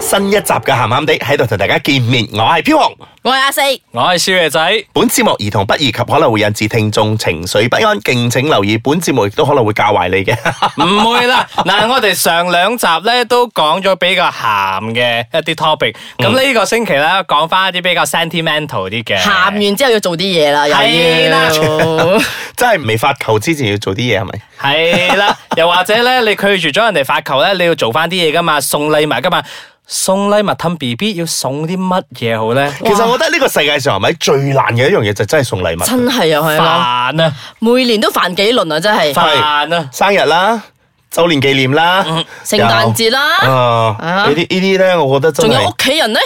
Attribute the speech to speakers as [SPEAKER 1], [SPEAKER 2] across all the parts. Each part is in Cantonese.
[SPEAKER 1] 新一集嘅咸咸地喺度同大家見面，我係飄紅。
[SPEAKER 2] 我係阿四，
[SPEAKER 3] 我係少爺 仔，
[SPEAKER 1] 本節目兒童不宜及可能會引致聽眾情緒不安，敬請留意。本節目亦都可能會教壞你嘅。
[SPEAKER 3] 唔會啦。嗱，我哋上兩集咧都講咗比較鹹嘅一啲 topic，咁呢個星期咧講翻一啲比較 sentimental 啲嘅。
[SPEAKER 2] 咸完之後要做啲嘢啦，又
[SPEAKER 3] 係啦
[SPEAKER 2] 要。
[SPEAKER 1] 真係未發球之前要做啲嘢係咪？
[SPEAKER 3] 係啦，又或者咧，你拒絕咗人哋發球咧，你要做翻啲嘢噶嘛，送禮物噶嘛，送禮物氹 B B 要送啲乜嘢好咧？
[SPEAKER 1] 其實我覺得呢個世界上係咪最難嘅一樣嘢就真係送禮物，
[SPEAKER 2] 真係又係
[SPEAKER 3] 煩
[SPEAKER 2] 咯，
[SPEAKER 3] 啊，
[SPEAKER 2] 每年都煩幾輪啊，真係。
[SPEAKER 3] 煩啊！
[SPEAKER 1] 生日啦、周年紀念啦、
[SPEAKER 2] 嗯聖誕節
[SPEAKER 1] 有
[SPEAKER 2] 啦，
[SPEAKER 1] 啊，
[SPEAKER 2] 啊
[SPEAKER 1] 呢啲呢啲咧，我覺得真
[SPEAKER 2] 仲有
[SPEAKER 1] 係
[SPEAKER 2] 屋，企人咧，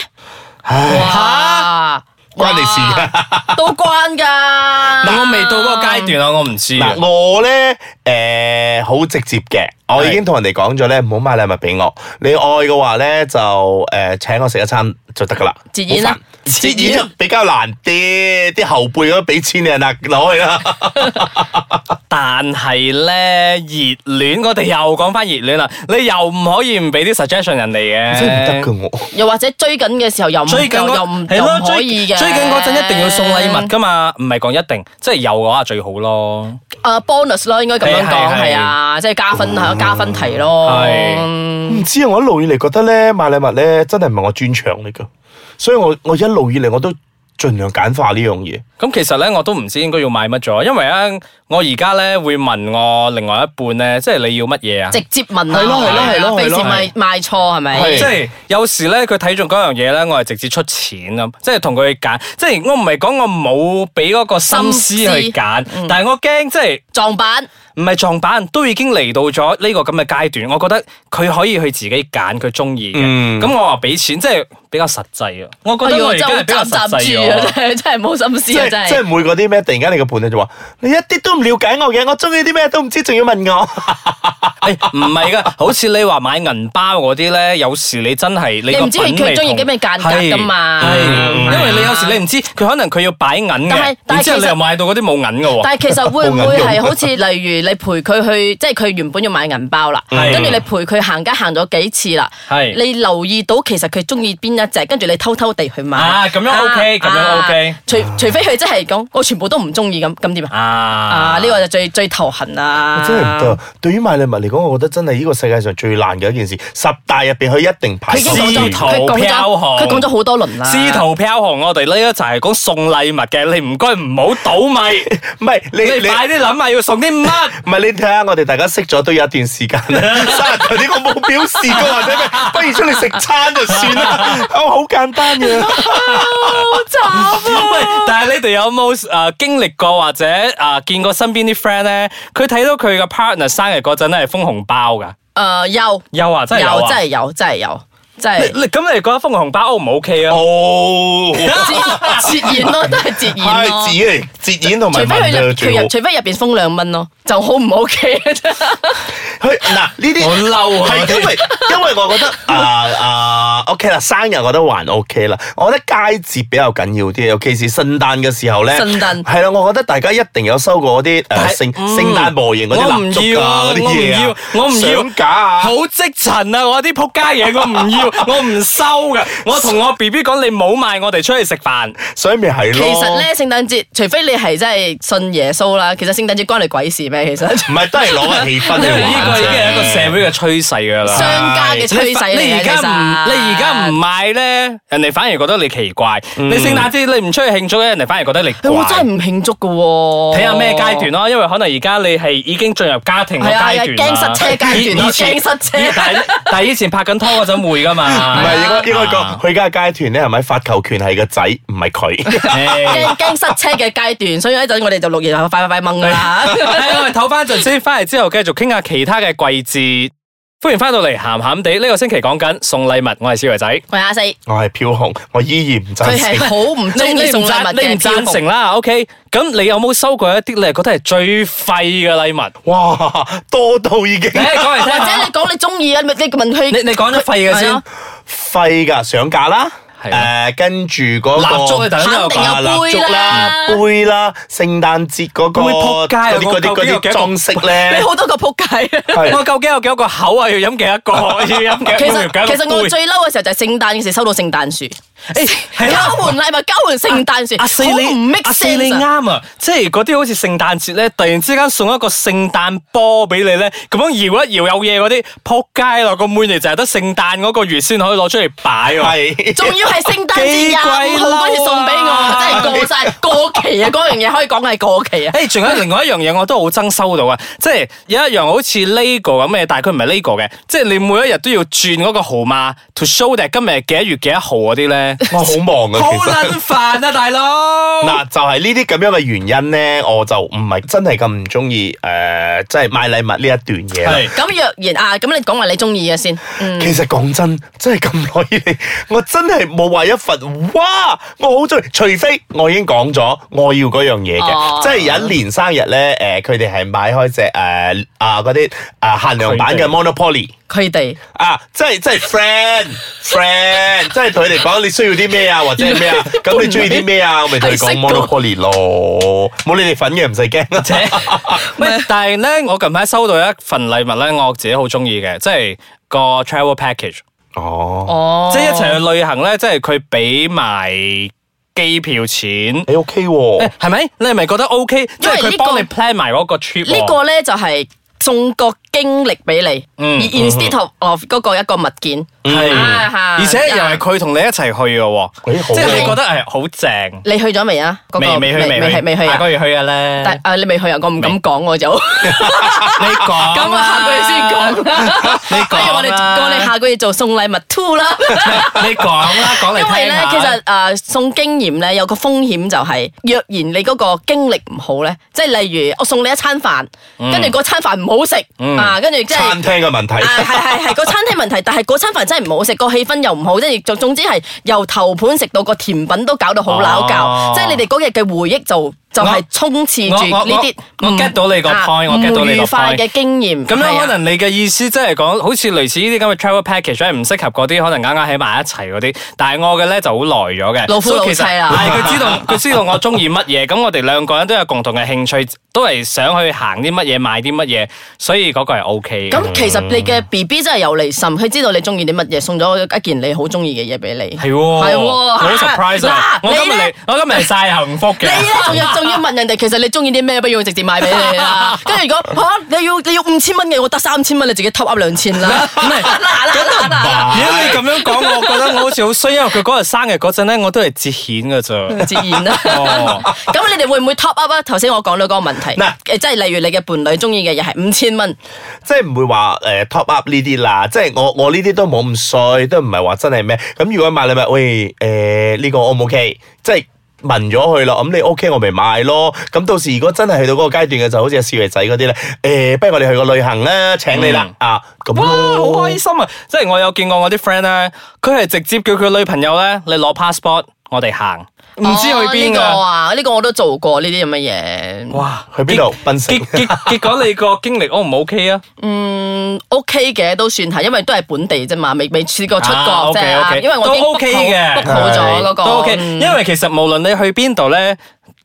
[SPEAKER 1] 唉，
[SPEAKER 2] 哇，
[SPEAKER 1] 關你事㗎
[SPEAKER 2] 哇都關噶。
[SPEAKER 3] 嗱，我未到嗰個階段啊，我唔知啊。
[SPEAKER 1] 嗱，我咧誒好直接嘅，我已經同人哋講咗咧，唔好買禮物俾我。你愛嘅話咧，就誒、呃、請我食一餐就得噶啦。
[SPEAKER 2] 節儉啦
[SPEAKER 1] 好煩，節儉比較難啲，啲後輩都俾錢你啊，嗱攞去 啦。
[SPEAKER 3] 但係咧，熱戀我哋又講翻熱戀啦，你又唔可以唔俾啲 suggestion 人哋嘅，
[SPEAKER 1] 真係唔得噶我。
[SPEAKER 2] 又或者追緊嘅時候又唔
[SPEAKER 3] 追緊
[SPEAKER 2] 又
[SPEAKER 3] 嗰
[SPEAKER 2] 又唔
[SPEAKER 3] 嗯係
[SPEAKER 2] 又
[SPEAKER 3] 咯
[SPEAKER 2] 唔可以嘅。嗯
[SPEAKER 3] 追追緊嗰陣一定要送禮物噶嘛，唔係講一定，即係有嘅話最好咯。
[SPEAKER 2] 誒 bonus 咯，應該咁樣講
[SPEAKER 3] 係係係
[SPEAKER 2] 係啊，即係加分係加分題咯。
[SPEAKER 3] 係
[SPEAKER 2] 嗯
[SPEAKER 1] 唔知啊，我一路以嚟覺得咧買禮物咧真係唔係我專長嚟噶，所以我我一路以嚟我都盡量簡化呢樣嘢。
[SPEAKER 3] 咁其實咧，我都唔知應該要買乜咗，因為咧，我而家咧會問我另外一半咧，即係你要乜嘢啊？
[SPEAKER 2] 直接問啊
[SPEAKER 1] 係咯係咯係咯係咯
[SPEAKER 2] 費事
[SPEAKER 1] 係
[SPEAKER 2] 賣賣錯係咪？
[SPEAKER 1] 係
[SPEAKER 3] 即係有時咧，佢睇中嗰樣嘢咧，我係直接出錢咁，即係同佢揀。即係我唔係講我冇俾嗰個心思
[SPEAKER 2] 心思嗯
[SPEAKER 3] 去揀，但係我驚即係
[SPEAKER 2] 撞板。
[SPEAKER 3] 唔係撞板，都已經嚟到咗呢個咁嘅階段，我覺得佢可以去自己揀佢中意嘅。
[SPEAKER 1] 嗯
[SPEAKER 3] 咁、我話俾錢，即係比較實際啊！我覺
[SPEAKER 2] 哎
[SPEAKER 3] 得我
[SPEAKER 2] 呦，真係好
[SPEAKER 3] 而家係比較
[SPEAKER 2] 站
[SPEAKER 3] 實
[SPEAKER 2] 站
[SPEAKER 3] 際
[SPEAKER 2] 住啊！
[SPEAKER 3] 嘅。
[SPEAKER 2] 真係真係冇心
[SPEAKER 1] 即
[SPEAKER 2] 思啊！
[SPEAKER 1] 係
[SPEAKER 2] 真
[SPEAKER 1] 即係
[SPEAKER 2] 係。
[SPEAKER 1] 每個啲咩，突然間你個伴侶就話：你一啲都唔了解我嘅，我中意啲咩都唔知，仲要問我。
[SPEAKER 3] 誒哎唔係噶，好似你話買銀包嗰啲咧，有時你真係你
[SPEAKER 2] 你唔知
[SPEAKER 3] 個品味
[SPEAKER 2] 佢中意
[SPEAKER 3] 同
[SPEAKER 2] 啲咩間隔㗎嘛
[SPEAKER 3] 係係
[SPEAKER 2] 嗯
[SPEAKER 3] 因為你有時你唔知佢可能佢要擺銀
[SPEAKER 2] 但係
[SPEAKER 3] 嘅，
[SPEAKER 2] 但係
[SPEAKER 3] 然之後你
[SPEAKER 2] 其實
[SPEAKER 3] 又買到嗰啲冇銀嘅 喎。
[SPEAKER 2] 但係其實 會唔會
[SPEAKER 1] 冇眼
[SPEAKER 2] 係
[SPEAKER 1] 用
[SPEAKER 2] 好似例如你陪佢去，即係佢原本要買銀包啦，
[SPEAKER 3] 係
[SPEAKER 2] 跟住你陪佢行街行咗幾次啦，
[SPEAKER 3] 係
[SPEAKER 2] 你留意到其實佢中意邊一隻，跟住你偷偷地去買啊
[SPEAKER 3] 啊咁樣 OK，咁樣 OK
[SPEAKER 2] 除除非佢真係講我全部都唔中意咁，咁點啊？
[SPEAKER 3] 啊
[SPEAKER 2] 啊呢個就最最頭痕啊啦，
[SPEAKER 1] 真係唔得。對於買禮物嚟講，我覺得真係呢個世界上最難嘅一件事。十大入邊，佢一定排
[SPEAKER 2] 佢已經
[SPEAKER 1] 頭
[SPEAKER 2] 講咗，
[SPEAKER 3] 司
[SPEAKER 2] 佢講
[SPEAKER 3] 徒
[SPEAKER 2] 咗，
[SPEAKER 3] 飄紅
[SPEAKER 2] 佢講咗好多輪啦。
[SPEAKER 3] 啊司 徒飄紅，我哋呢一集係講送禮物嘅，你唔該唔好倒米，
[SPEAKER 1] 唔係你
[SPEAKER 3] 你
[SPEAKER 1] 你
[SPEAKER 3] 快啲諗下要送啲乜。
[SPEAKER 1] 唔係你睇下，我哋大家識咗都有一段時 間啦。生日頭啲我冇表示過或者咩，不如出嚟食餐就算啦。我好簡單嘅。
[SPEAKER 3] 喂，但係你哋有冇誒、呃、經歷過或者誒、呃、見過身邊啲 friend 咧？佢睇到佢嘅 partner 生日嗰陣咧係封紅包㗎，
[SPEAKER 2] 誒呃有
[SPEAKER 3] 有啊，真係有
[SPEAKER 2] 有
[SPEAKER 3] 啊。
[SPEAKER 2] 真係有真係有真
[SPEAKER 3] 你
[SPEAKER 2] 係。
[SPEAKER 3] 你咁你哋覺得封紅包 O 唔 O K 啊？
[SPEAKER 1] 哦，
[SPEAKER 2] 節節儉 咯，都係節
[SPEAKER 1] 係
[SPEAKER 2] 儉
[SPEAKER 1] 節
[SPEAKER 2] 咯。
[SPEAKER 1] 嚟節儉同
[SPEAKER 2] 除
[SPEAKER 1] 埋
[SPEAKER 2] 非
[SPEAKER 1] 文
[SPEAKER 2] 佢
[SPEAKER 1] 就
[SPEAKER 2] 入佢
[SPEAKER 1] 最好
[SPEAKER 2] 入，。除非入邊封兩蚊咯，就好唔 OK 嘅啫。
[SPEAKER 1] 佢嗱呢啲
[SPEAKER 3] 我嬲啊
[SPEAKER 1] 係因為因為我 覺得啊啊 OK 啦，生日我覺得還 OK 啦，我覺得佳節比較緊要啲，尤其是聖誕嘅時候咧。
[SPEAKER 2] 聖誕
[SPEAKER 1] 係啦，我覺得大家一定有收過嗰啲
[SPEAKER 3] 但
[SPEAKER 1] 誒
[SPEAKER 3] 係
[SPEAKER 1] 聖
[SPEAKER 3] 嗯
[SPEAKER 1] 聖誕模型嗰啲
[SPEAKER 3] 我唔
[SPEAKER 1] 蠟燭
[SPEAKER 3] 要啊！
[SPEAKER 1] 啊
[SPEAKER 3] 我
[SPEAKER 1] 嗰啲
[SPEAKER 3] 唔
[SPEAKER 1] 嘢
[SPEAKER 3] 要
[SPEAKER 1] 啊，，
[SPEAKER 3] 我唔要
[SPEAKER 1] 相架啊
[SPEAKER 3] 好。積塵啊！我啲仆街嘢我唔要，我唔收㗎。我同我 B B 講，你冇買，我哋出去食飯。
[SPEAKER 1] 所以咪係
[SPEAKER 2] 其
[SPEAKER 1] 咯。
[SPEAKER 2] 實咧，聖誕節除非你係真係信耶穌啦，其實聖誕節關你鬼事咩？其 實
[SPEAKER 1] 唔係都係攞個氣氛
[SPEAKER 3] 因
[SPEAKER 1] 嚟
[SPEAKER 3] 為 呢個
[SPEAKER 1] 玩
[SPEAKER 3] 已經係一個
[SPEAKER 1] 啫。
[SPEAKER 3] 社會嘅趨勢㗎啦。
[SPEAKER 2] 商家嘅趨勢嚟
[SPEAKER 3] 你
[SPEAKER 2] 嘅
[SPEAKER 3] 而家唔
[SPEAKER 2] 其實
[SPEAKER 3] 你而家唔買咧，人哋反而覺得你奇怪。你聖誕節你唔出去慶祝咧，人哋反而覺得你怪。
[SPEAKER 2] 我真係唔慶祝嘅喎。
[SPEAKER 3] 睇下咩階段咯，因為可能而家你係已經進入家庭嘅
[SPEAKER 2] 係啊
[SPEAKER 3] 階段
[SPEAKER 2] 驚塞
[SPEAKER 3] 啦。
[SPEAKER 2] 車階段哦
[SPEAKER 3] 以前
[SPEAKER 2] 我驚塞車
[SPEAKER 3] 以但係但係以前拍緊拖嗰陣會噶嘛。
[SPEAKER 1] 唔係應該應該講
[SPEAKER 3] 啊，
[SPEAKER 1] 佢而家嘅階段咧係咪發球權係個仔，唔係佢。
[SPEAKER 3] 誒
[SPEAKER 2] 驚驚塞車嘅階段，所以一陣我哋就六月就快快快掹㗎啦。
[SPEAKER 3] 係我哋唞翻陣先，翻嚟之後繼續傾下其他嘅季節。歡迎翻到嚟，鹹鹹地呢個星期講緊送禮物，我係小維仔。
[SPEAKER 2] 喂，阿四，
[SPEAKER 1] 我係飄紅，我依然唔
[SPEAKER 2] 佢
[SPEAKER 1] 贊
[SPEAKER 2] 係
[SPEAKER 1] 成。
[SPEAKER 2] 好唔中
[SPEAKER 3] 你你
[SPEAKER 2] 意送
[SPEAKER 3] 唔
[SPEAKER 2] 禮
[SPEAKER 3] 贊
[SPEAKER 2] 物嘅
[SPEAKER 3] 你唔贊成啦，OK？咁你有冇收過一啲你係覺得係最廢嘅 禮物？
[SPEAKER 1] 哇，多到已經
[SPEAKER 3] 你講嚟聽
[SPEAKER 2] 或者你
[SPEAKER 3] 下。
[SPEAKER 2] 講你中意啊，你你問佢
[SPEAKER 3] 你你講咗廢嘅
[SPEAKER 2] 係
[SPEAKER 3] 先
[SPEAKER 2] 啊，
[SPEAKER 1] 廢㗎，上架啦，
[SPEAKER 3] 係啊
[SPEAKER 1] 诶，跟住嗰個
[SPEAKER 3] 蠟燭啊大家都有講
[SPEAKER 1] 啊蠟
[SPEAKER 2] 肯定有
[SPEAKER 1] 燭
[SPEAKER 2] 杯
[SPEAKER 1] 啦
[SPEAKER 2] 啦、
[SPEAKER 1] 杯啦、聖誕節嗰個
[SPEAKER 3] 會仆街啊
[SPEAKER 1] 嗰啲嗰啲
[SPEAKER 3] 我究竟
[SPEAKER 1] 嗰啲
[SPEAKER 3] 有幾多個
[SPEAKER 1] 裝飾
[SPEAKER 2] 你
[SPEAKER 1] 咧，
[SPEAKER 2] 好多個仆街。
[SPEAKER 1] 係
[SPEAKER 3] 我究竟有幾多個口啊？要飲幾多個？要飲
[SPEAKER 2] 其
[SPEAKER 3] 幾多
[SPEAKER 2] 實
[SPEAKER 3] 個？
[SPEAKER 2] 其實我
[SPEAKER 3] 杯
[SPEAKER 2] 最嬲嘅時候就係聖誕嘅時候收到聖誕樹，
[SPEAKER 3] 誒係啦
[SPEAKER 2] 交換禮物交換聖誕樹，
[SPEAKER 3] 阿四
[SPEAKER 2] 好唔
[SPEAKER 3] 你
[SPEAKER 2] make
[SPEAKER 3] 阿四你
[SPEAKER 2] sense 啊。
[SPEAKER 3] 啱啊！即係嗰啲好似聖誕節咧，突然之間送一個聖誕波俾你咧，咁樣搖一搖有嘢嗰啲，扑街咯！個每年就係得聖誕嗰個月先可以攞出嚟擺喎。
[SPEAKER 1] 係
[SPEAKER 2] 仲要係聖誕節
[SPEAKER 3] 幾
[SPEAKER 2] 廿
[SPEAKER 3] 鬼
[SPEAKER 2] 五
[SPEAKER 3] 嬲啊
[SPEAKER 2] 號嗰次送俾 我，真係過晒過期啊！嗰樣嘢可以講係過期啊！
[SPEAKER 3] 誒，哎仲有另外一樣嘢我都好憎收到啊！即係有一樣好似 LEGO 咁嘅，但係佢唔係 LEGO 嘅，即係你每一日都要轉嗰個號碼 to show 定係今日係幾多月幾多號嗰啲咧，
[SPEAKER 1] 我好忙
[SPEAKER 3] 好
[SPEAKER 1] 啊，其實。
[SPEAKER 3] 撚煩啊，大佬！
[SPEAKER 1] 嗱，就係呢啲咁樣嘅原因咧，我就唔係真係咁唔中意诶，即係買禮物呢一段嘢啦。
[SPEAKER 3] 係
[SPEAKER 2] 咁若然啊，咁你講話你中意嘅先，嗯，
[SPEAKER 1] 其實講真，真係咁耐以嚟，我真係冇話一份哇，我好中意。除非我已經講咗我要嗰樣嘢嘅，
[SPEAKER 2] 哦
[SPEAKER 1] 即係有一年生日咧，诶、佢哋係買開只诶啊嗰啲啊限量版嘅
[SPEAKER 3] 佢
[SPEAKER 1] Monopoly。
[SPEAKER 2] 佢哋
[SPEAKER 1] 啊，即係即係 friend friend，即係同佢哋講你需要啲咩啊，或者係咩 啊，咁你中意啲咩啊，我咪同佢講
[SPEAKER 2] 係識到
[SPEAKER 1] Monopoly 咯，冇你哋份嘅唔使驚。啊
[SPEAKER 3] 喂，但係咧，我近排收到一份禮物咧，我自己好中意嘅，即係個 travel package，、
[SPEAKER 1] 哦，
[SPEAKER 2] 哦
[SPEAKER 3] 即係一齊去旅行咧，即係佢俾埋機票錢，
[SPEAKER 1] 你 OK 喎
[SPEAKER 3] 誒，係咪？你係咪覺得 OK？即係
[SPEAKER 2] 因為呢
[SPEAKER 3] 佢
[SPEAKER 2] 個
[SPEAKER 3] 幫你 plan 埋嗰個 trip
[SPEAKER 2] 呢
[SPEAKER 3] 喎。
[SPEAKER 2] 個咧就係送個經歷俾你，
[SPEAKER 3] 嗯
[SPEAKER 2] 而 instead of- of 嗰個一個物件，
[SPEAKER 3] 係
[SPEAKER 2] 啊嚇
[SPEAKER 3] 而且又係佢同你一齊去嘅喎，
[SPEAKER 1] 咦好
[SPEAKER 3] 即係
[SPEAKER 1] 喎
[SPEAKER 3] 你覺得係好正。
[SPEAKER 2] 你去咗未啊？嗰個
[SPEAKER 3] 未未去
[SPEAKER 2] 未
[SPEAKER 3] 未去
[SPEAKER 2] 未去
[SPEAKER 3] 下個
[SPEAKER 2] 啊？
[SPEAKER 3] 月去嘅咧。
[SPEAKER 2] 但啊，你未去啊？我唔敢講我就。
[SPEAKER 3] 你講啦
[SPEAKER 2] 咁啊，下個月先講啦。
[SPEAKER 3] 你講
[SPEAKER 2] 不如我哋
[SPEAKER 3] 啦
[SPEAKER 2] 我哋下個月做送禮物 two 啦。
[SPEAKER 3] 你講啦，講嚟
[SPEAKER 2] 因為
[SPEAKER 3] 聽
[SPEAKER 2] 咧
[SPEAKER 3] 下。，
[SPEAKER 2] 其實誒、呃送經驗咧有個風險就係、若然你嗰個經歷唔好咧，即係例如我送你一餐飯，
[SPEAKER 3] 嗯
[SPEAKER 2] 跟住嗰餐飯唔好食、啊，跟住即係
[SPEAKER 1] 餐。廳嘅問題
[SPEAKER 2] 啊，係係係個餐廳問題，但係嗰餐飯真係唔好食，個氣氛又唔好，即係總總之係由頭盤食到個甜品都搞到好撈教，
[SPEAKER 3] 哦
[SPEAKER 2] 即係你哋嗰日嘅回憶就就係充斥住
[SPEAKER 3] 我我
[SPEAKER 2] 呢啲
[SPEAKER 3] 我我
[SPEAKER 2] 唔
[SPEAKER 3] get 到你個
[SPEAKER 2] 啊
[SPEAKER 3] point，我 get 到你個
[SPEAKER 2] 唔愉快
[SPEAKER 3] point
[SPEAKER 2] 嘅經驗。
[SPEAKER 3] 咁
[SPEAKER 2] 係
[SPEAKER 3] 樣
[SPEAKER 2] 啊
[SPEAKER 3] 可能你嘅意思即係講，好似類似呢啲咁嘅 travel package 咧，唔適合嗰啲可能啱啱喺埋一齊嗰啲。但係我嘅咧就好耐咗嘅，
[SPEAKER 2] 老夫老妻啦
[SPEAKER 3] 所以其實係 佢知道佢知道我中意乜嘢，咁我哋兩個人都有共同嘅興趣，都係想去行啲乜嘢，買啲乜嘢，所以嗰個係 O K 嘅。嗯
[SPEAKER 2] 咁其實你嘅 B B 真係有嚟心，佢知道你中意啲乜嘢，送咗一件你好中意嘅嘢俾你。
[SPEAKER 3] 係喎，
[SPEAKER 2] 係喎
[SPEAKER 3] 我好 surprise 啊！
[SPEAKER 2] 嗱
[SPEAKER 3] 我今日
[SPEAKER 2] 你
[SPEAKER 3] 嚟
[SPEAKER 2] 呢，
[SPEAKER 3] 我今日係曬幸福
[SPEAKER 2] 你
[SPEAKER 3] 嘅。
[SPEAKER 2] 咧仲 要仲要問人哋，其實你中意啲咩？不如我直接買俾你啦。跟住如果嚇你要你要五千蚊嘅，我得三千蚊，你自己 top up 兩千 啦。嗱嗱嗱嗱
[SPEAKER 3] 啊如果你咁樣講，我覺得我好似好衰，因為佢嗰日生日嗰陣咧，我都係節顯㗎咋。
[SPEAKER 2] 嗱，自然
[SPEAKER 3] 哦
[SPEAKER 2] 啦。咁你哋會唔會 top up 啊？頭先我講到嗰個問題，
[SPEAKER 1] 嗱
[SPEAKER 2] 誒即係例如你嘅伴侶中意嘅嘢係五千蚊，
[SPEAKER 1] 即係唔會話誒、呃 top up 呢啲啦，即係我我呢啲都冇咁衰，都唔係話真係咩。咁如果買禮物，喂誒呢、個 O 唔 OK？即係問咗佢咯，咁你 OK 我咪買咯。咁到時如果真係去到嗰個階段嘅，就好似阿少爺仔嗰啲咧，誒、不如我哋去個旅行啦，請你啦、啊咁
[SPEAKER 3] 哇，好
[SPEAKER 1] 咯。
[SPEAKER 3] 開心啊！即係我有見過我啲 friend 咧，佢係直接叫佢女朋友咧，你攞 passport，我哋行，唔知去
[SPEAKER 2] 哦
[SPEAKER 3] 邊
[SPEAKER 2] 呢個
[SPEAKER 3] 噶。
[SPEAKER 2] 啊？呢個我都做過呢啲咁嘅嘢。
[SPEAKER 3] 哇！
[SPEAKER 1] 去邊度檳城
[SPEAKER 3] 結結結果你個經歷 O 唔 OK 啊？
[SPEAKER 2] 嗯，OK 嘅都算係，因為都係本地啫嘛，未未試過出
[SPEAKER 3] 啊
[SPEAKER 2] 國啫啊
[SPEAKER 3] ，OK，OK，
[SPEAKER 2] 因為我
[SPEAKER 3] 都
[SPEAKER 2] 已經
[SPEAKER 3] OK 嘅
[SPEAKER 2] book 好 book 好咗嗰個
[SPEAKER 3] 都 OK，
[SPEAKER 2] 嗯
[SPEAKER 3] 因為其實無論你去邊度咧。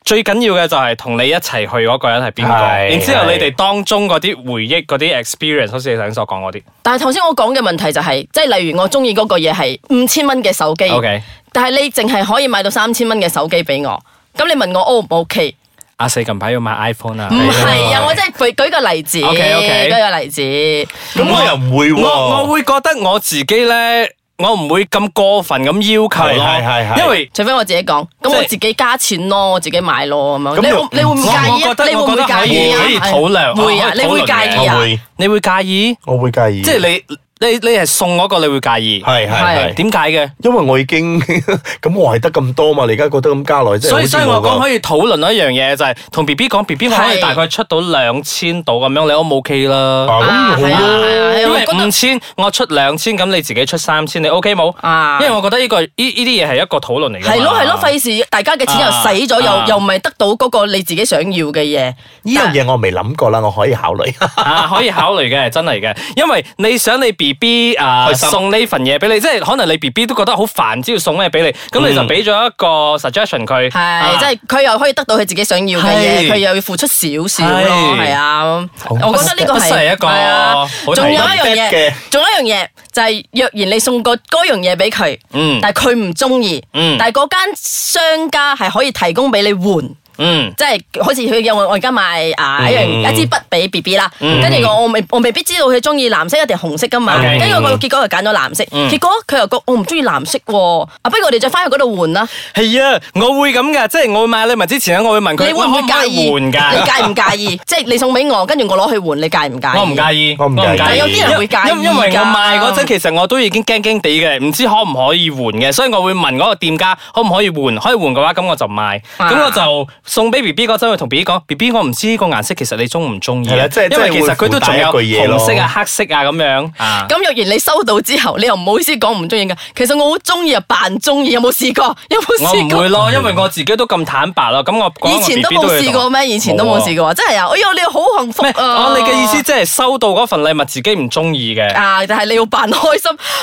[SPEAKER 3] 最緊要嘅就係同你一齊去嗰個人係邊個，
[SPEAKER 1] 係
[SPEAKER 3] 然之後你
[SPEAKER 1] 係
[SPEAKER 3] 哋當中嗰啲回憶、嗰啲 experience，好似你頭先所講嗰啲。
[SPEAKER 2] 但係頭先我講嘅問題就係，即係例如我中意嗰個嘢係五千蚊嘅手機
[SPEAKER 3] OK，
[SPEAKER 2] 但係你淨係可以買到三千蚊嘅手機俾我，咁你問我 O 唔 OK？
[SPEAKER 3] 阿四近排要買 iPhone 啊？
[SPEAKER 2] 唔係啊，我真係舉舉個例子
[SPEAKER 3] OK，OK
[SPEAKER 2] 舉個例子。
[SPEAKER 1] 咁我又唔會喎、
[SPEAKER 3] 我我會覺得我自己咧，我唔會咁過分咁要求咯，
[SPEAKER 1] 係係係係
[SPEAKER 3] 因為。
[SPEAKER 2] 除非我自己講，咁
[SPEAKER 3] 即係
[SPEAKER 2] 我自己加錢咯，我自己買咯咁樣。
[SPEAKER 1] 咁
[SPEAKER 2] 你
[SPEAKER 1] 又
[SPEAKER 2] 會你會唔會介意
[SPEAKER 3] 我我覺
[SPEAKER 2] 啊？
[SPEAKER 3] 得
[SPEAKER 2] 你會唔會介意啊？
[SPEAKER 3] 我覺得可以可以討論
[SPEAKER 2] 會啊
[SPEAKER 3] 我，可以
[SPEAKER 2] 你會
[SPEAKER 3] 討論
[SPEAKER 2] 介
[SPEAKER 3] 嘅
[SPEAKER 2] 意啊
[SPEAKER 1] 我？會
[SPEAKER 3] 你會介意？
[SPEAKER 1] 我會介意，
[SPEAKER 3] 即係你你你係送嗰個，你會介意？
[SPEAKER 1] 係係
[SPEAKER 2] 係
[SPEAKER 1] 係。
[SPEAKER 3] 點解嘅？
[SPEAKER 1] 因為我已經 咁我係得咁多嘛，你而家覺得咁加落去，即係
[SPEAKER 3] 所以
[SPEAKER 1] 好似
[SPEAKER 3] 所以我
[SPEAKER 1] 個
[SPEAKER 3] 講可以討論一樣嘢就係同 B B 講，B B 我可以
[SPEAKER 2] 係
[SPEAKER 3] 大概出到兩千度咁樣，你 O 唔 O K
[SPEAKER 1] 啊
[SPEAKER 3] 啦？
[SPEAKER 1] 咁好
[SPEAKER 2] 係啊
[SPEAKER 1] 咯。
[SPEAKER 2] 係啊，
[SPEAKER 3] 因
[SPEAKER 2] 我
[SPEAKER 3] 為
[SPEAKER 2] 覺得
[SPEAKER 3] 五千我出兩千，咁你自己出三千，你 O K 冇？
[SPEAKER 2] 啊
[SPEAKER 3] 因為我覺得呢個呢呢啲嘢係一個討論嚟㗎嘛。
[SPEAKER 2] 係咯係咯，費事大家嘅錢又使咗，
[SPEAKER 3] 啊
[SPEAKER 2] 又又唔係得到嗰個你自己想要嘅嘢。
[SPEAKER 1] 呢樣嘢我未諗過啦，我可以考慮。
[SPEAKER 3] 啊，可以考慮嘅，真係嘅，因為你想你 B B B 啊
[SPEAKER 1] 開心
[SPEAKER 3] 送呢份嘢俾你，即係可能你 B B 都覺得好煩，只要送咩俾你，咁你就俾咗一個 suggestion 佢，啊
[SPEAKER 2] 係，即係佢又可以得到佢自己想要嘅
[SPEAKER 3] 係
[SPEAKER 2] 嘢，佢又要付出少少咯，
[SPEAKER 3] 係
[SPEAKER 2] 係啊。我覺得呢個
[SPEAKER 3] 不失係
[SPEAKER 2] 係
[SPEAKER 3] 一個
[SPEAKER 2] 係啊
[SPEAKER 3] 好
[SPEAKER 2] 仲有一樣
[SPEAKER 1] 睇得嘅
[SPEAKER 2] 嘢，仲有一樣嘢就係若然你送個嗰樣嘢俾佢
[SPEAKER 3] 嗯，
[SPEAKER 2] 但係佢唔中意，
[SPEAKER 3] 嗯
[SPEAKER 2] 但係嗰間商家係可以提供俾你換。
[SPEAKER 3] 嗯，
[SPEAKER 2] 即係好似佢有我我而家賣啊一樣一支筆俾 B B 啦，跟住我我未我未必知道佢中意藍色一定紅色噶嘛，
[SPEAKER 3] 嗯 OK 嗯
[SPEAKER 2] 跟住我結果就揀咗藍色，結果佢又覺我唔中意藍色喎，啊不如我哋再翻去嗰度換啦，
[SPEAKER 3] 係啊，我會咁噶，即係我會買禮物之前咧，啊我會問佢，
[SPEAKER 2] 你會唔會
[SPEAKER 3] 喂可可
[SPEAKER 2] 介
[SPEAKER 3] 以
[SPEAKER 2] 意？你
[SPEAKER 3] 換㗎？
[SPEAKER 2] 介唔介 意？即係你送俾我，跟住我攞去換，你介唔介意？
[SPEAKER 3] 我唔介意，
[SPEAKER 1] 我唔介意但
[SPEAKER 2] 有啲人會介意㗎
[SPEAKER 3] 因因為我賣嗰陣其實我都已經驚驚地嘅，唔知可唔可以換嘅，所以我會問嗰個店家可唔可以換，可以換嘅話咁我就賣，
[SPEAKER 2] 啊
[SPEAKER 3] 咁我就送俾 B B 嗰陣，我同 B B 講，B B 我唔知呢個顏色其實你中唔中意啊，
[SPEAKER 1] 係啦即係
[SPEAKER 3] 因為其實佢都仲有
[SPEAKER 1] 即係會附帶一句嘢咯
[SPEAKER 3] 紅色啊、黑色啊咁樣啊。
[SPEAKER 2] 咁若然你收到之後，你又唔好意思講唔中意㗎。其實我好中意啊，扮中意，有冇試過？ 有冇
[SPEAKER 3] 我唔
[SPEAKER 2] 試過
[SPEAKER 3] 會？咯，因為我自己都咁坦白咯。咁我講
[SPEAKER 2] 以
[SPEAKER 3] 我 BB
[SPEAKER 2] 前都
[SPEAKER 3] 都
[SPEAKER 2] 冇
[SPEAKER 3] 會
[SPEAKER 2] 試過
[SPEAKER 3] 同
[SPEAKER 2] 咩？以前都冇試過，真係啊！哎呀，你好幸福
[SPEAKER 3] 咩？
[SPEAKER 2] 啊！
[SPEAKER 3] 哦，你嘅意思即係收到嗰份禮物自己唔中意嘅。
[SPEAKER 2] 啊！但係你要扮開心，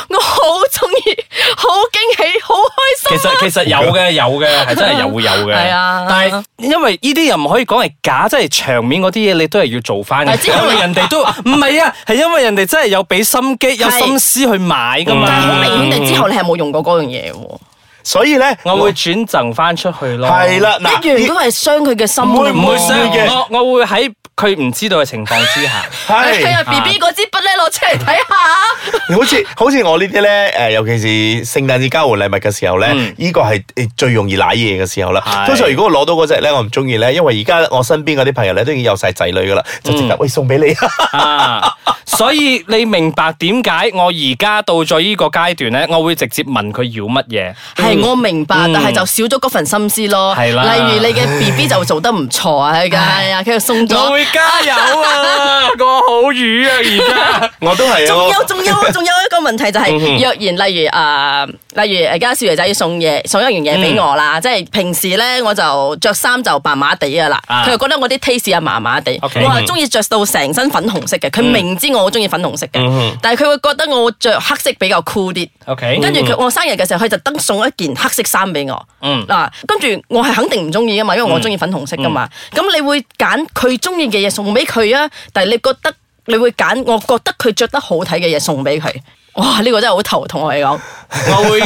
[SPEAKER 2] 我好中意，好驚喜，好開
[SPEAKER 3] 其
[SPEAKER 2] 心啊。
[SPEAKER 3] 實其實有嘅有嘅係真係有會有嘅，
[SPEAKER 2] 係啊
[SPEAKER 3] 但係因為呢啲又唔可以講係假，即係場面嗰啲嘢你都係要做翻
[SPEAKER 2] 但係
[SPEAKER 3] 嘅，
[SPEAKER 2] 之後
[SPEAKER 3] 因為人哋都唔係啊，係因為人哋真係有俾心機、有
[SPEAKER 2] 係
[SPEAKER 3] 心思去買噶
[SPEAKER 2] 但係好
[SPEAKER 3] 嘛。
[SPEAKER 2] 明顯地之後你係冇用過嗰樣嘢喎，
[SPEAKER 1] 所以咧，
[SPEAKER 3] 我會轉贈翻出去咯。
[SPEAKER 1] 係，啦，嗱，
[SPEAKER 2] 一樣都係傷佢嘅心㗎嘛。
[SPEAKER 1] 唔會
[SPEAKER 3] 唔會傷
[SPEAKER 1] 嘅
[SPEAKER 3] 我，我會喺佢唔知道嘅情況之下，
[SPEAKER 1] 係 嗯
[SPEAKER 2] 係啊，B B 嗰支筆咧攞出嚟睇下。
[SPEAKER 1] 好似好似我呢啲咧，誒，尤其是聖誕節交換禮物嘅時候咧，
[SPEAKER 3] 嗯
[SPEAKER 1] 呢個係誒最容易舐嘢嘅時候啦
[SPEAKER 3] 係。
[SPEAKER 1] 通常如果我攞到嗰只咧，我唔中意咧，因為而家我身邊嗰啲朋友咧都已經有晒仔女噶啦，就直接喂送俾你啊！
[SPEAKER 3] 啊，所以你明白點解我而家到咗呢個階段咧，我會直接問佢要乜嘢。
[SPEAKER 2] 係我明白，
[SPEAKER 3] 嗯
[SPEAKER 2] 但係就少咗嗰份心思咯。
[SPEAKER 3] 係啦
[SPEAKER 2] 例如你嘅 B B 就做得唔錯啊，係係啊，佢就送
[SPEAKER 3] 我
[SPEAKER 2] 咗。
[SPEAKER 3] 會加 油啊！我好瘀啊，而家。
[SPEAKER 1] 我都係
[SPEAKER 2] 仲有
[SPEAKER 1] 啊，
[SPEAKER 2] 仲有 仲有一個問題就係，若然例如啊，例如而家少爺仔要送嘢送一樣嘢俾我啦，即係平時咧我就着衫就麻麻地噶啦，
[SPEAKER 3] 啊
[SPEAKER 2] 佢又覺得我啲 taste 啊麻麻地，
[SPEAKER 3] OK
[SPEAKER 2] 我話中意着到成身粉紅色嘅，佢明知我好中意粉紅色嘅，但係佢會覺得我着黑色比較酷啲。
[SPEAKER 1] 嗯
[SPEAKER 3] OK，
[SPEAKER 2] 跟住佢我生日嘅時候，佢就登送一件黑色衫俾我。
[SPEAKER 3] 嗯
[SPEAKER 2] 嗱，跟住我係肯定唔中意噶嘛，因
[SPEAKER 1] 嗯
[SPEAKER 2] 為我中意粉紅色噶嘛。咁你會揀佢中意嘅嘢送俾佢啊？但係你覺得你會揀我覺得佢着得好睇嘅嘢送俾佢？哇！呢、個真係好頭痛我哋講，
[SPEAKER 3] 我會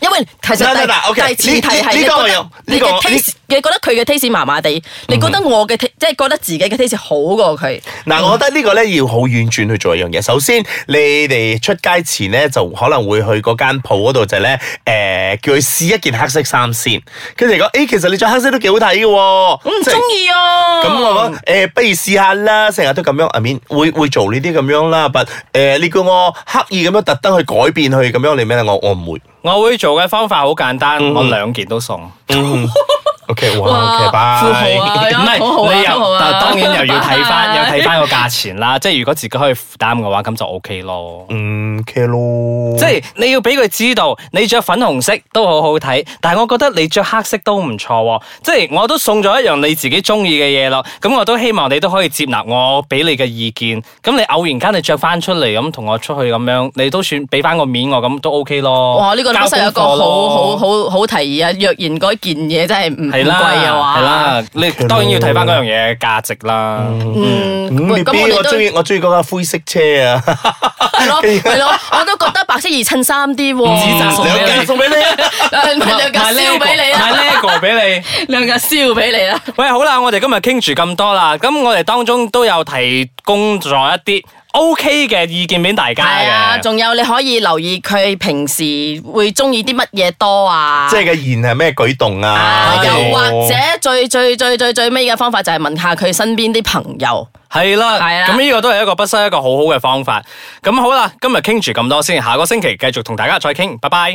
[SPEAKER 2] 因為其實
[SPEAKER 1] 嗱嗱嗱
[SPEAKER 2] 但係
[SPEAKER 1] ，OK，
[SPEAKER 2] 但係前提
[SPEAKER 1] 呢呢
[SPEAKER 2] 係你
[SPEAKER 1] 呢個我
[SPEAKER 2] 覺
[SPEAKER 1] 有
[SPEAKER 2] 得你
[SPEAKER 1] 呢嗯個
[SPEAKER 2] 嘅
[SPEAKER 1] 我
[SPEAKER 2] taste，你覺得佢嘅 taste 麻麻地，你覺得我嘅 taste 即係覺得自己嘅 taste 好過佢。
[SPEAKER 1] 嗱，我覺得呢個咧要好婉轉去做一樣嘢。首先，你哋出街前咧就可能會去嗰間鋪嗰度就咧，誒，叫佢試一件黑色衫先，跟住講，誒，其實你着黑色都幾好睇嘅喎，
[SPEAKER 2] 我唔
[SPEAKER 1] 即係
[SPEAKER 2] 中意啊！
[SPEAKER 1] 咁我講誒、不如試下啦，成日都咁樣，阿面會會做呢啲咁樣啦，但誒、你叫我刻意咁樣特登去改變去咁樣，你咩咧？我我唔會。
[SPEAKER 3] 我會做嘅方法好簡單，
[SPEAKER 2] 嗯
[SPEAKER 3] 我兩件都送。
[SPEAKER 1] OK，哇
[SPEAKER 2] 哇
[SPEAKER 1] ，OK，
[SPEAKER 2] 富 豪
[SPEAKER 1] 拜。
[SPEAKER 2] 啊，好好啊，
[SPEAKER 3] 你
[SPEAKER 2] 好好
[SPEAKER 3] 又，
[SPEAKER 2] 啊
[SPEAKER 3] 但當然又要睇翻，
[SPEAKER 2] 拜
[SPEAKER 3] 又
[SPEAKER 2] 拜
[SPEAKER 3] 睇翻個價錢啦。即係如果自己可以負擔嘅話，咁就 OK 咯。
[SPEAKER 1] 嗯，OK 咯。
[SPEAKER 3] 即係你要俾佢知道，你着粉紅色都好好睇，但係我覺得你着黑色都唔錯喎。即係我都送咗一樣你自己中意嘅嘢咯，咁我都希望你都可以接納我俾你嘅意見。咁你偶然間你着翻出嚟咁同我出去咁樣，你都算俾翻個面我咁都 OK 咯。
[SPEAKER 2] 哇！呢個老實有一個
[SPEAKER 3] 哦交
[SPEAKER 2] 好
[SPEAKER 3] 功課咯
[SPEAKER 2] 好好好提議啊！若然嗰件嘢真係唔唔
[SPEAKER 3] 係
[SPEAKER 2] 貴啊
[SPEAKER 3] 啦，
[SPEAKER 2] 嘅話，
[SPEAKER 3] 係，啦，你當然要睇翻嗰樣嘢嘅價值啦。
[SPEAKER 2] 嗯，
[SPEAKER 1] 嗯
[SPEAKER 2] 喂
[SPEAKER 1] B
[SPEAKER 2] 咁
[SPEAKER 1] B，
[SPEAKER 2] 我
[SPEAKER 1] 我
[SPEAKER 2] 哋都
[SPEAKER 1] 中意我中意嗰架灰色車啊，
[SPEAKER 2] 係咯係咯，我都覺得白色易襯衫啲喎，
[SPEAKER 3] 指責送俾你，送俾你，
[SPEAKER 2] 兩架燒俾你
[SPEAKER 3] 買
[SPEAKER 2] 啦，
[SPEAKER 3] lego 俾你。
[SPEAKER 2] 兩架燒俾你啦，
[SPEAKER 3] 喂，好啦，我哋今日傾住咁多啦，咁我哋當中都有提供咗一啲 OK 嘅意見俾大家
[SPEAKER 2] 係啊！
[SPEAKER 3] 嘅。
[SPEAKER 2] 仲有你可以留意佢平時會中意啲乜嘢多 啊，
[SPEAKER 1] 即係嘅言係咩舉動啊
[SPEAKER 2] 啊，？
[SPEAKER 1] 哦
[SPEAKER 2] 又或者最最最最最尾嘅方法就係問下佢身邊啲朋友。
[SPEAKER 3] 係啦，
[SPEAKER 2] 係啊啦
[SPEAKER 3] 咁呢個都係一個不失一個好好嘅方法。咁好啦，今日傾住咁多先，下個星期繼續同大家再傾，拜拜。